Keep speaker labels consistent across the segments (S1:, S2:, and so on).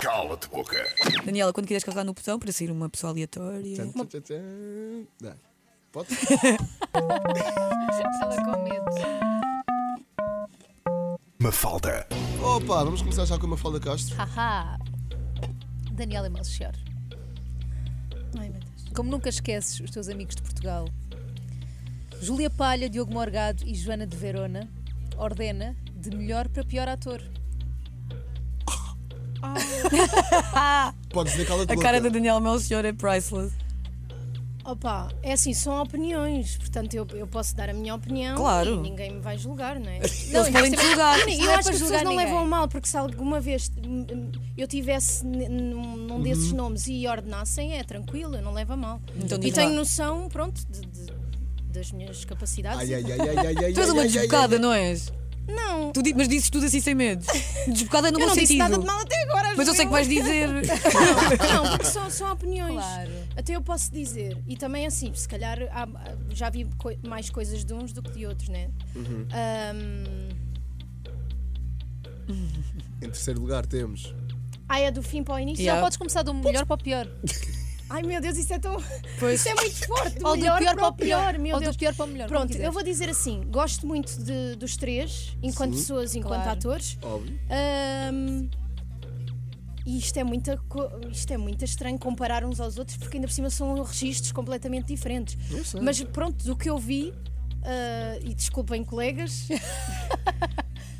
S1: Cala-te, boca.
S2: Daniela, quando quiseres carregar no botão para sair uma pessoa aleatória.
S3: Tum, tum, tum. Dá. Pode?
S4: Ela com medo.
S1: Mafalda.
S3: Opa, vamos começar já com uma falda Castro.
S4: Haha. Daniela Melchior.
S5: Ai, meu Deus.
S4: Como nunca esqueces os teus amigos de Portugal, Júlia Palha, Diogo Morgado e Joana de Verona ordena de melhor para pior ator.
S3: Podes dizer é cala-te
S2: A
S3: boca.
S2: cara da Daniela Melchior é priceless.
S5: Opa, é assim, são opiniões, portanto eu, eu posso dar a minha opinião
S2: Claro.
S5: e ninguém me vai julgar, não é?
S2: Eles podem te julgar.
S5: Não,
S4: Isto
S5: eu
S4: não é para
S5: acho que as pessoas
S4: julgar
S5: não
S4: ninguém.
S5: levam a mal, porque se alguma vez hum, hum, eu tivesse n- num, num desses nomes e ordenassem, é tranquilo, eu não levo a mal.
S2: Uhum. Então
S5: e
S2: diz
S5: tenho
S2: lá.
S5: noção, pronto, de- de- das minhas capacidades.
S3: Ai, ai, ai, ai, ai, ai.
S2: Tu és uma
S3: ai, ai,
S2: desbocada, não és?
S5: não,
S2: Tu di- mas dizes tudo assim sem medo. Desbocada no
S5: eu
S2: bom
S5: não disse
S2: sentido.
S5: nada de mal até agora.
S2: Mas eu sei que vais dizer.
S5: Não, não, porque são, são opiniões.
S4: Claro.
S5: Até eu posso dizer, e também assim, se calhar há- já vi coi- mais coisas de uns do que de outros, né?
S3: Uhum.
S5: Ahm,
S2: é?
S3: Em terceiro lugar temos.
S5: ah, é do fim para o início?
S2: Yeah.
S4: Não podes começar do melhor para o pior.
S5: Ai meu Deus, isso é tão.
S2: Pois.
S5: Isso é muito forte. Do
S4: Ou do
S5: melhor
S4: pior
S5: para o pior, meu
S4: Ou
S5: Deus.
S4: do pior para o melhor. como
S5: Pronto,
S4: quiseres.
S5: eu vou dizer assim: gosto muito de- dos três, enquanto
S3: Sim.
S5: pessoas, enquanto
S4: Claro.
S5: atores.
S3: Óbvio.
S5: Ahm, e isto é, muita, co- isto é muito estranho comparar uns aos outros, porque ainda por cima são registros completamente diferentes.
S3: Eu sei.
S5: Mas pronto, do que eu vi, ah, e desculpem, colegas,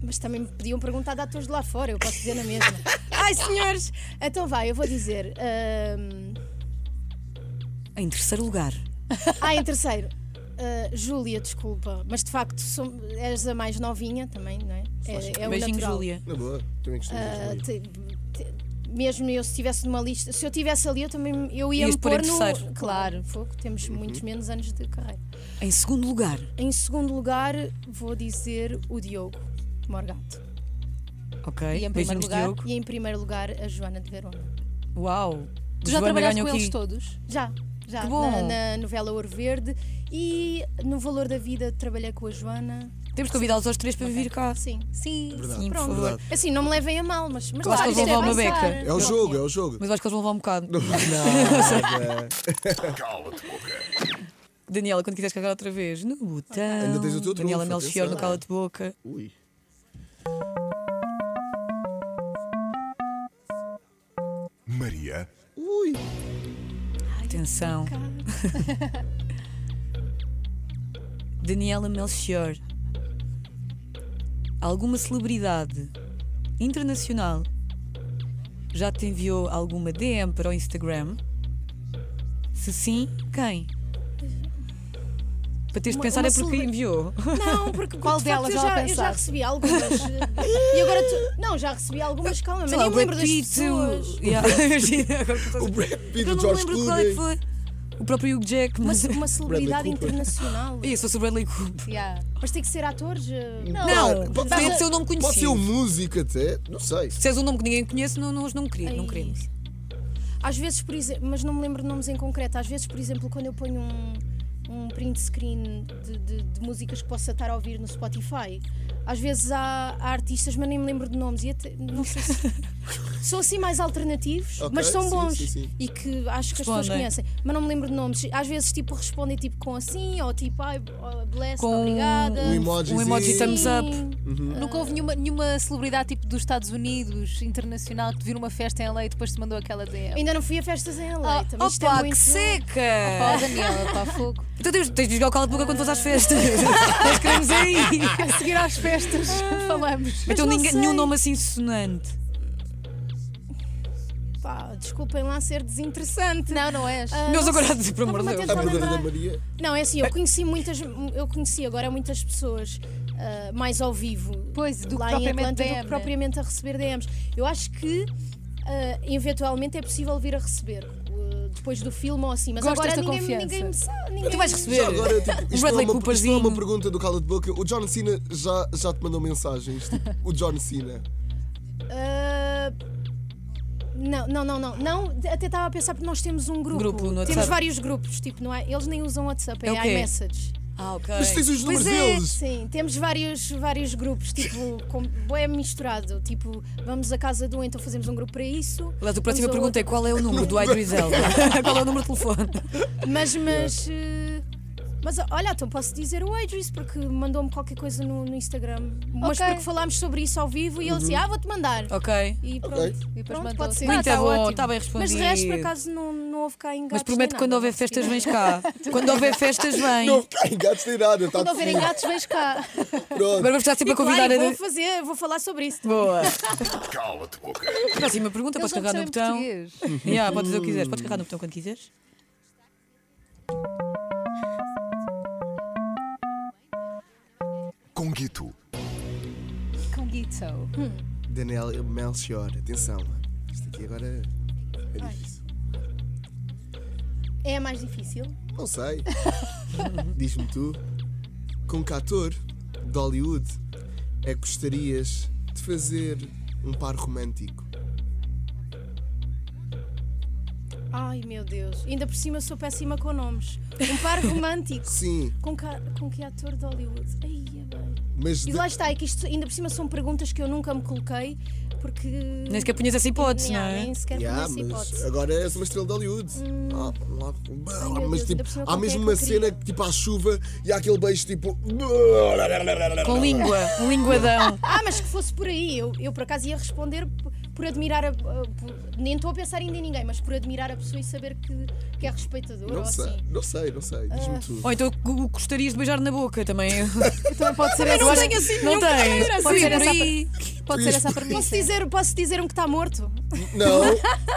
S5: mas também me podiam perguntar de atores de lá fora, eu posso dizer na mesma. Ai senhores! Então vai, eu vou dizer. ahm,
S2: Em terceiro lugar.
S5: ah, em terceiro. ah, Júlia, desculpa, mas de facto som- és a mais novinha também, não é? É, é o
S2: Beijinho,
S5: natural.
S2: Júlia.
S3: Na boa. Também
S2: é,
S3: gostei
S5: Ah,
S3: de
S5: te- te- mesmo eu se estivesse numa lista, se eu estivesse ali, eu também eu ia
S2: Ias
S5: me
S2: pôr em
S5: pôr no.
S2: terceiro. Uhum.
S5: Claro, fogo, temos muitos menos anos de carreira.
S2: Em segundo lugar.
S5: Em segundo lugar, vou dizer o Diogo Morgato.
S2: Ok.
S4: E em primeiro
S2: Beijinhos,
S4: lugar?
S2: Diogo.
S5: E em primeiro lugar, a Joana de Verona.
S2: Uau.
S4: Tu já
S2: Joana
S4: trabalhaste
S2: ganhou
S4: com
S2: aqui.
S4: eles todos?
S5: Já, já,
S2: Que bom.
S5: Na, na novela Ouro Verde e no Valor da Vida trabalhei com a Joana.
S2: Temos que convidá-los aos três para vir cá.
S5: Sim. É
S4: Sim.
S3: Verdade.
S2: Sim, por
S5: Pronto.
S2: favor.
S5: Assim, não me levem a mal, mas, mas
S2: Eu acho que
S5: claro,
S2: eles vão
S5: isto
S2: levar
S5: é
S2: uma
S5: avançar.
S2: beca.
S3: É o jogo, é o jogo.
S2: Mas eu acho que eles vão levar um bocado.
S3: Nada.
S1: Cala-te, boca.
S2: Daniela, quando quiseres cagar outra vez, no botão.
S3: Ainda tens o teu trunfo,
S2: Daniela Melchior no
S3: atenção.
S2: cala de boca.
S3: Ui.
S1: Maria.
S3: Ui.
S2: Atenção. Daniela Melchior. Alguma celebridade internacional já te enviou alguma DM para o Instagram? Se sim, quem? Para teres de
S5: Uma-
S2: pensar
S5: uma
S2: é porque
S5: celebra-
S2: enviou.
S5: Não, porque
S4: Qual
S5: de facto,
S4: delas
S5: eu
S4: ela
S5: já, eu
S4: pensar?
S5: já recebi algumas. eh, e agora tu. Não, já recebi algumas, calma, mas
S2: Sei
S5: nem
S2: lá,
S5: me lembro
S2: Brad
S5: das
S2: Pitt,
S5: pessoas.
S2: o- Yeah, imagina, agora que estás a-
S3: O Brad Pitt,
S2: Eu
S3: o
S2: não me
S3: George
S2: lembro de qual é que
S3: Clooney.
S2: foi. O próprio Hugh
S5: Uma,
S2: Jackman.
S5: ce- uma celebridade
S3: Cooper.
S5: internacional.
S2: E se fosse o Bradley Cooper?
S4: Yeah.
S5: Mas tem que ser atores. eh,
S2: Não,
S3: Pode
S2: tem
S3: ser-
S2: de ser um nome
S3: Pode ser
S2: conhecido.
S3: um músico até. Não sei.
S2: Se és um nome que ninguém conhece, não, nós não, queria, não
S5: Ai.
S2: queremos.
S5: Às vezes, por exemplo, mas não me lembro de nomes em concreto. Às vezes, por exemplo, quando eu ponho um, um print screen de, de- de músicas que possa estar a ouvir no Spotify, às vezes há, há artistas, mas nem me lembro de nomes. E até, não sei se. São assim mais alternativos,
S3: Ok,
S5: mas são
S3: sim,
S5: bons
S3: sim, sim.
S5: e que acho que as pessoas
S2: Respondem.
S5: conhecem, mas não me lembro de nomes. Às vezes, tipo, respondem tipo com assim, ou tipo, ai, oh, blessed,
S2: Com
S5: obrigada.
S3: Um emoji.
S2: Um emoji
S3: Sim.
S2: thumbs up.
S5: Hum.
S4: Nunca houve nenhuma, nenhuma celebridade tipo dos Estados Unidos, internacional, que te viu numa festa em LA e depois te mandou aquela DM.
S5: Ainda não fui a festas em LA.
S4: Ah,
S5: também isto é
S2: Opa,
S5: muito-
S2: que seca!
S4: Pá, Daniela, pá, tá fogo.
S2: Então tens, tens de jogar o cala de boca quando fores às festas. Nós queremos aí.
S4: A seguir às festas, falamos.
S2: então
S5: não
S2: ninguém,
S5: sei.
S2: nenhum nome assim sonante.
S5: Pá, desculpem lá ser desinteressante.
S4: Não, não és.
S5: Ah,
S2: Meus
S5: não
S2: agora, por amor de
S5: Estava-me a
S2: Deus.
S3: A
S5: Só
S3: Pedra da
S5: lembrar.
S3: Maria.
S5: Não, é assim, eu conheci muitas, eu conheci agora muitas pessoas ah, mais ao vivo
S4: Pois, do que
S5: lá em
S4: propriamente
S5: Atlanta
S4: DM,
S5: do
S4: né?
S5: que propriamente a receber DMs. Eu acho que ah, eventualmente é possível vir a receber ah, depois do filme ou assim, mas
S4: Gosto
S5: agora
S4: desta
S5: ninguém,
S4: confiança.
S5: ninguém me sabe. Ninguém...
S2: Tu vais
S3: Já
S2: receber.
S3: agora, tipo, isto, não
S2: Bradley
S3: é uma, isto não é uma
S2: Cooperzinho.
S3: pergunta do cala de boca. O John Cena já, já te mandou mensagens. Tipo, o John Cena.
S5: Ah, não, não, não, não, não. Até estava a pensar porque nós temos um grupo.
S2: Grupo no
S5: temos
S2: WhatsApp.
S5: vários grupos, tipo, não é? Eles nem usam WhatsApp, é,
S2: É o quê?
S5: iMessage.
S2: Ah, ok.
S3: Mas tens os números
S5: Pois é,
S3: deles.
S5: Sim, temos vários, vários grupos, tipo, com, é misturado. Tipo, vamos à casa do um, então fazemos um grupo para isso.
S2: Aliás, a próxima
S5: Vamos ao
S2: pergunta é qual é o número do Idris Elba? qual é o número de telefone?
S5: outro. Mas, mas. eh, Mas olha, então posso dizer o Idris, porque mandou-me qualquer coisa no, no Instagram. Mas
S4: Ok.
S5: porque falámos sobre isso ao vivo e ele disse, ah, vou-te mandar.
S2: Uhum. Ok.
S5: E pronto.
S3: Ok.
S4: E depois
S5: Pronto,
S4: mandou
S5: pode ser.
S4: assim.
S2: Muito
S5: tá
S2: bom,
S5: ótimo.
S2: tá bem respondido.
S5: Mas de resto, por acaso, não, não houve cá engates.
S2: Mas
S5: nem
S2: prometo
S5: nada.
S2: que quando houver festas vens cá. Quando houver festas vem.
S3: Não fiquei gatos nem nada. Tá
S5: Quando houver
S3: definido.
S5: engates, vejo cá.
S3: Pronto.
S2: Agora vamos estar sempre a
S5: E claro,
S2: convidar a.
S5: vou fazer, vou falar sobre isso.
S2: Boa.
S1: Cala-te boca.
S2: Próxima pergunta,
S4: Eles
S2: podes
S4: não
S2: carregar no
S4: percebem
S2: botão.
S4: português.
S2: Yeah, podes fazer o que quiseres. Podes carregar no botão quando quiseres.
S1: Conguito.
S4: Com Guito.
S3: Daniel Melchior, atenção. Isto aqui agora é difícil.
S5: É a mais difícil.
S3: Não sei. Diz-me tu, com que ator de Hollywood é que gostarias de fazer um par romântico?
S5: Ai meu Deus, ainda por cima sou péssima com nomes. Um par romântico.
S3: Sim,
S5: com, ca... com que ator de Hollywood? Ai, é bem.
S3: mas
S5: E
S3: de-
S5: lá está, é que isto ainda por cima são perguntas que eu nunca me coloquei, porque.
S2: Nem sequer punhas essa hipótese, não
S5: Yeah,
S2: é?
S5: Nem sequer
S3: Yeah,
S5: conheço a
S3: mas
S5: hipótese. Hum.
S3: agora és uma estrela de Hollywood. Ah, lá-
S5: meu
S3: mas
S5: Deus,
S3: tipo,
S5: ainda por cima
S3: há
S5: com
S3: mesmo
S5: quem é
S3: uma
S5: que eu
S3: cena
S5: queria?
S3: que tipo há chuva e há aquele beijo tipo.
S2: Com língua, um linguadão.
S5: Ah, mas que fosse por aí, eu, eu por acaso ia responder p- por admirar a. a- por- Nem estou a pensar ainda em ninguém, mas por admirar a pessoa e saber que, que é respeitador
S3: Não
S5: ou
S3: sei,
S5: assim.
S3: não sei, não sei. Diz-me tu.
S2: Ou então o que gostarias de beijar na boca também.
S4: Também pode ser essa.
S2: Eu acho- não tem.
S4: Pode
S2: Sim,
S4: ser
S2: por
S4: essa-
S2: aí.
S4: Pode ser essa
S3: Pois,
S4: a
S5: Posso
S4: premissa.
S5: dizer, posso dizer um que está morto?
S3: Não,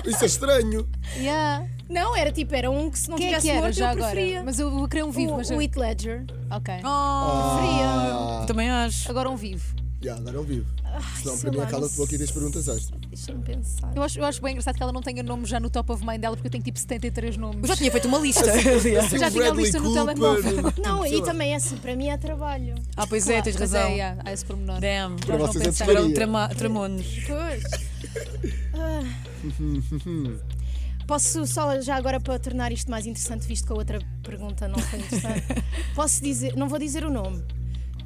S3: isso é estranho.
S4: Yeah.
S5: Não, era tipo, era um que se não
S4: Quem é
S5: tivesse
S4: que era
S5: morto
S4: já
S5: eu
S4: agora?
S5: preferia.
S4: Mas eu eu queria um vivo,
S5: o,
S4: mas.
S5: o Heath Ledger.
S4: Ok.
S2: Oh,
S5: Preferia.
S3: Ah,
S2: também acho.
S4: Agora um vivo.
S3: já, agora não vivo. Senão,
S5: sei
S4: é
S3: para mim, é
S5: lá,
S3: acala-te
S5: não
S3: boca e tens perguntas extra.
S5: Deixa-me pensar.
S4: Eu acho, eu acho bem engraçado que ela não tenha nome já no top of mind dela, porque eu tenho tipo 73 nomes.
S2: Eu já tinha feito uma lista. aliás.
S4: Já tinha a lista no telemóvel.
S5: Não,
S3: sei
S5: e
S3: lá.
S5: também é assim, para mim é trabalho.
S2: Ah, pois é, tens
S4: Mas
S2: razão.
S4: É, yeah, há esse pormenor.
S2: Damn.
S3: Para
S4: não
S3: vocês é
S4: pensei.
S2: Agora um
S3: porcaria.
S2: trama- tramou-nos.
S5: Pois. Ah. Posso só já agora para tornar isto mais interessante, visto que a outra pergunta não foi interessante. Posso dizer, não vou dizer o nome,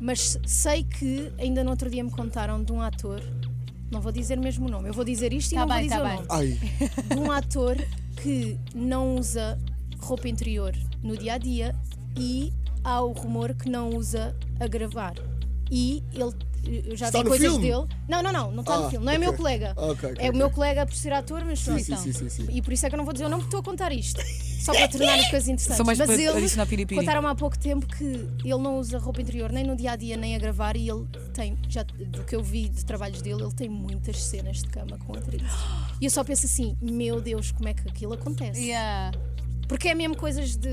S5: mas sei que ainda no outro dia me contaram de um ator. Não vou dizer mesmo o nome. Eu vou dizer isto e
S4: Tá
S5: não
S4: bem,
S5: vou dizer
S4: tá
S5: o
S4: bem.
S5: nome.
S3: Ai,
S5: De um ator que não usa roupa interior no dia a dia e há o rumor que não usa a gravar. E ele eu já
S3: Está
S5: vi
S3: no
S5: coisas
S3: filme?
S5: dele. Não, não, não, não está
S3: Ah,
S5: no filme. Não é
S3: ok.
S5: meu colega.
S3: Ah, ok, ok,
S5: é o
S3: ok.
S5: meu colega por ser ator, mas
S3: sim,
S5: pronto. então.
S3: sim, sim, sim, sim.
S5: E por isso é que eu não vou dizer o nome porque estou a contar isto. Só para tornar as coisas interessantes.
S2: Só mais
S5: Mas
S2: para adicionar
S5: ele
S2: piripiri.
S5: contaram É um há pouco tempo que ele não usa roupa interior nem no dia a dia nem a gravar e ele tem, já do que eu vi de trabalhos dele, ele tem muitas cenas de cama com atrizes. E eu só penso assim, meu Deus, como é que aquilo acontece?
S4: Yeah.
S5: Porque é mesmo coisas de.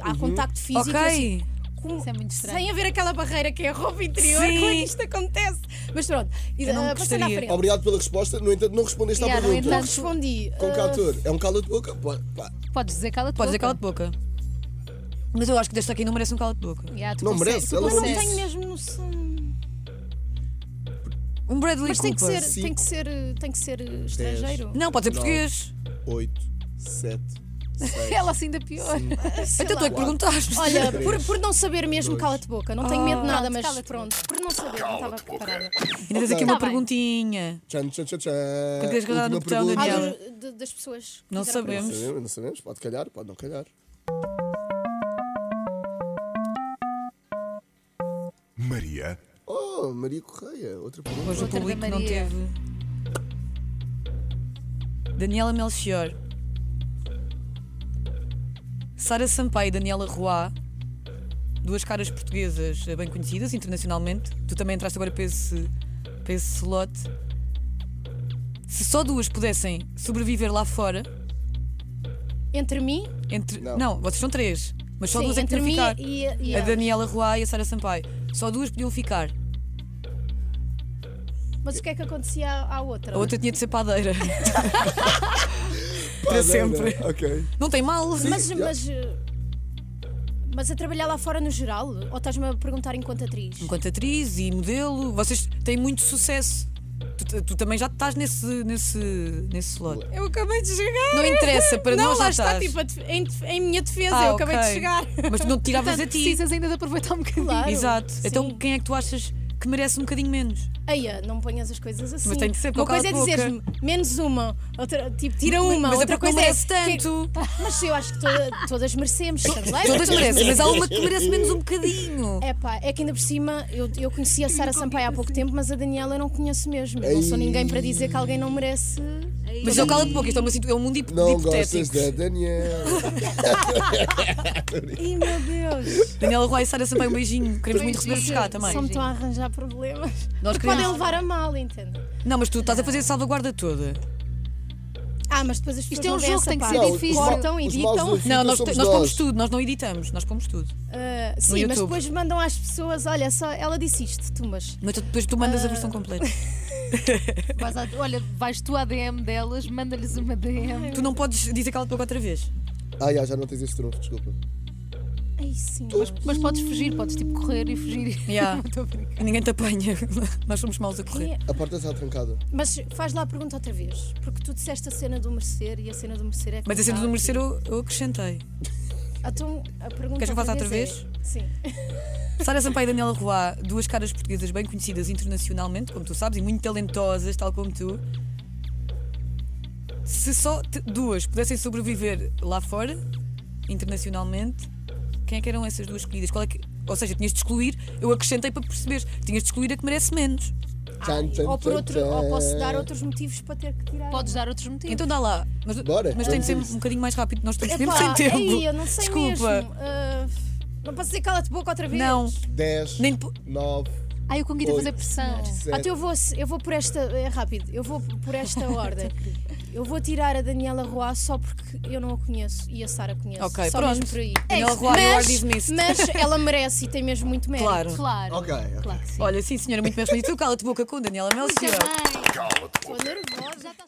S5: Há contacto físico.
S2: Uhum. Ok.
S5: assim, como-
S4: Isso é muito estranho.
S5: sem haver aquela barreira que é a roupa interior,
S2: Sim.
S5: como é que isto acontece? Mas pronto,
S2: Eu não
S5: ah, passando à
S2: gostaria.
S5: frente.
S3: obrigado pela resposta. No entanto, não respondeste à
S4: Yeah, no
S5: Não
S3: pergunta.
S4: entanto- uh,
S5: respondi.
S3: Com que
S5: ah,
S3: ator? É um cala de boca? Pá, pá,
S4: Podes dizer cala-te.
S2: Podes dizer
S4: boca.
S2: cala de boca. Mas eu acho que deste aqui não merece um cala de boca.
S4: Yeah, tu
S3: Não
S4: consegues,
S3: merece,
S4: tu
S3: ela não
S5: Eu não
S4: consegues.
S5: tenho mesmo noção.
S2: Um Bradley
S5: Mas tem que,
S2: Cooper.
S5: ser,
S3: Cinco.
S5: tem que ser, tem que ser estrangeiro.
S2: Não, pode ser
S3: Não.
S2: português.
S3: 8, 7, 6.
S4: Ela assim da pior.
S5: Sei
S2: Então
S5: lá.
S2: tu é que perguntaste.
S5: Olha, por, por não saber mesmo, cala-te boca. Não tenho medo de nada,
S4: Pronto,
S5: mas
S4: cala-te.
S5: pronto. Por não saber, não estava
S1: Cala-te boca.
S5: preparada.
S2: Ainda tens aqui
S3: Tá
S2: uma
S4: bem.
S2: perguntinha.
S3: Tchan, tchan, tchan, tchan.
S2: que tens agarrado no
S3: Última
S2: botão,
S3: pergunta.
S5: Ah,
S2: Daniel?
S5: do- de- das pessoas.
S2: Não
S5: Fizeram
S2: sabemos.
S3: Não sabemos, não sabemos. Pode calhar, pode não calhar.
S1: Maria.
S3: Oh, Maria Correia, outra pergunta.
S2: Hoje é o
S4: Outra da
S2: público não
S4: Maria.
S2: teve. Daniela Melchior. Sara Sampaio e Daniela Roy. Duas caras portuguesas eh, bem conhecidas internacionalmente. Tu também entraste agora para esse, para esse slot. Se só duas pudessem sobreviver lá fora,
S5: Entre mim,
S2: entre. Não,
S3: Não.
S2: vocês são três, mas só
S5: sim,
S2: duas é que
S5: entre
S2: podiam
S5: mim
S2: ficar.
S5: e, e
S2: A
S5: elas.
S2: Daniela Roy e a Sara Sampaio. Só duas podiam ficar.
S5: Mas o que é que acontecia à, à outra?
S2: A outra tinha de ser padeira. Para sempre.
S3: Ok.
S2: Não tem mal.
S5: Mas,
S3: yeah.
S5: mas, eh, mas a trabalhar lá fora no geral? Ou estás-me a perguntar enquanto atriz?
S2: enquanto atriz e modelo, vocês têm muito sucesso. Tu, tu também já estás nesse, nesse, nesse slot.
S5: Eu acabei de chegar.
S2: Não interessa, para
S5: não,
S2: nós
S5: lá
S2: já
S5: está,
S2: estás.
S5: tipo, a def- em, def- em minha defesa,
S2: Ah,
S5: eu acabei de
S2: ok.
S5: chegar.
S2: Mas tu não te tiravas a
S4: Portanto,
S2: ti.
S4: é precisas ainda de aproveitar um bocadinho.
S5: Claro.
S2: Exato.
S5: Sim.
S2: Então quem é que tu achas que merece um bocadinho menos?
S5: Eia, não me ponhas as coisas assim.
S2: tem que ser
S5: Uma
S2: pouco à
S5: coisa é
S2: pouca.
S5: dizer-me menos uma, outra, tipo, tira uma,
S2: Mas é
S5: outra
S2: porque não
S5: coisa é.
S2: merece tanto.
S5: que- mas eu acho que toda- todas merecemos, Charleira.
S2: Todas merecem, mas há uma que merece menos um bocadinho.
S5: É pá, é que ainda por cima eu, eu conheci a Sara Sampaio há pouco tempo, mas a Daniela eu não conheço mesmo. Eu Não sou ninguém para dizer que alguém não merece.
S2: Mas eu cala-te pouco, isto é, uma, situ- é um mundo hip-
S3: Não gostas
S2: hipotético.
S3: da Daniela.
S5: Ai meu Deus!
S2: Daniela Roy e Sara Sampaio, um beijinho. Queremos muito receber-vos cá também.
S5: Só me estão a arranjar problemas.
S2: Nós
S5: que
S2: queremos-
S5: podem levar a mal, entende?
S2: Não, mas tu estás a fazer a salvaguarda toda.
S5: Ah, mas depois as pessoas
S4: é um
S5: não veem
S4: jogo,
S5: essa
S4: tem que
S5: parte.
S4: ser
S3: Não, os
S4: difícil.
S3: ma-
S5: Cortam,
S3: os
S5: editam.
S3: maus do fim
S2: Não, nós,
S3: somos
S2: nós pomos tudo, nós não editamos, nós pomos tudo.
S5: Ah, sim, mas
S2: YouTube.
S5: depois mandam às pessoas, olha só, ela disse isto, tumbas.
S2: Mas tu- depois tu mandas a versão completa.
S4: Vais à- olha, vais tu à DM delas, manda-lhes uma DM.
S2: Tu não podes dizer cala-te pouco outra vez.
S3: Ah, já, já não tens esse tronco, desculpa.
S5: Ai sim.
S4: Mas podes fugir, podes tipo correr e fugir.
S2: Yeah.
S4: Estou a brincar.
S2: Então, Ninguém te apanha. Nós somos maus a correr.
S5: Quem é-
S3: A porta está trancada.
S5: Mas faz lá a pergunta outra vez, porque tu disseste a cena do merecer e a cena do merecer é que
S2: Mas a cena do
S5: vale.
S2: merecer eu, eu acrescentei.
S5: Então a pergunta
S2: Queres que eu faça outra
S5: É... Sim.
S2: Sara Sampaio e Daniela Roy, duas caras portuguesas bem conhecidas internacionalmente, como tu sabes, e muito talentosas, tal como tu. Se só te- duas pudessem sobreviver lá fora, internacionalmente, quem é que eram essas duas escolhidas? Qual é que- Ou seja, tinhas de excluir, eu acrescentei para perceberes, tinhas de excluir a que merece menos.
S3: Tchan, tchan,
S5: ou, por
S3: tchan,
S5: outro, ou posso
S3: tchan.
S5: dar outros motivos para ter que tirar.
S4: Podes dar outros motivos.
S2: Então dá lá. Mas,
S3: Bora,
S2: mas tem de ser
S3: vamos a isso.
S2: um bocadinho mais rápido, nós estamos mesmo
S5: Epá,
S2: sem tempo.
S5: Ei, eu não sei
S2: Desculpa.
S5: mesmo. Ah, não posso dizer cala-te boca outra vez.
S2: Não.
S3: 10,
S2: Nem po-
S3: 9,
S4: Ai, o Conguita a fazer
S3: Oito.
S4: pressão.
S3: 7.
S5: Ah, então eu vou, eu vou por esta. É rápido, eu vou por esta ordem. Eu vou tirar a Daniela Roa só porque eu não a conheço e a Sara conhece.
S2: Ok,
S5: só
S2: pronto.
S5: mesmo por aí.
S2: Daniela
S5: isso.
S2: Roa, you are
S5: mas,
S2: dismissed.
S5: mas ela merece e tem mesmo muito mérito.
S2: Claro.
S4: Claro.
S3: Ok, ok.
S4: Claro que sim.
S2: Olha, sim, senhora, muito bem respondido. Tu cala-te boca com Daniela Melchior.
S4: Muito bem.
S1: Cala-te boca.
S5: Estou nervosa.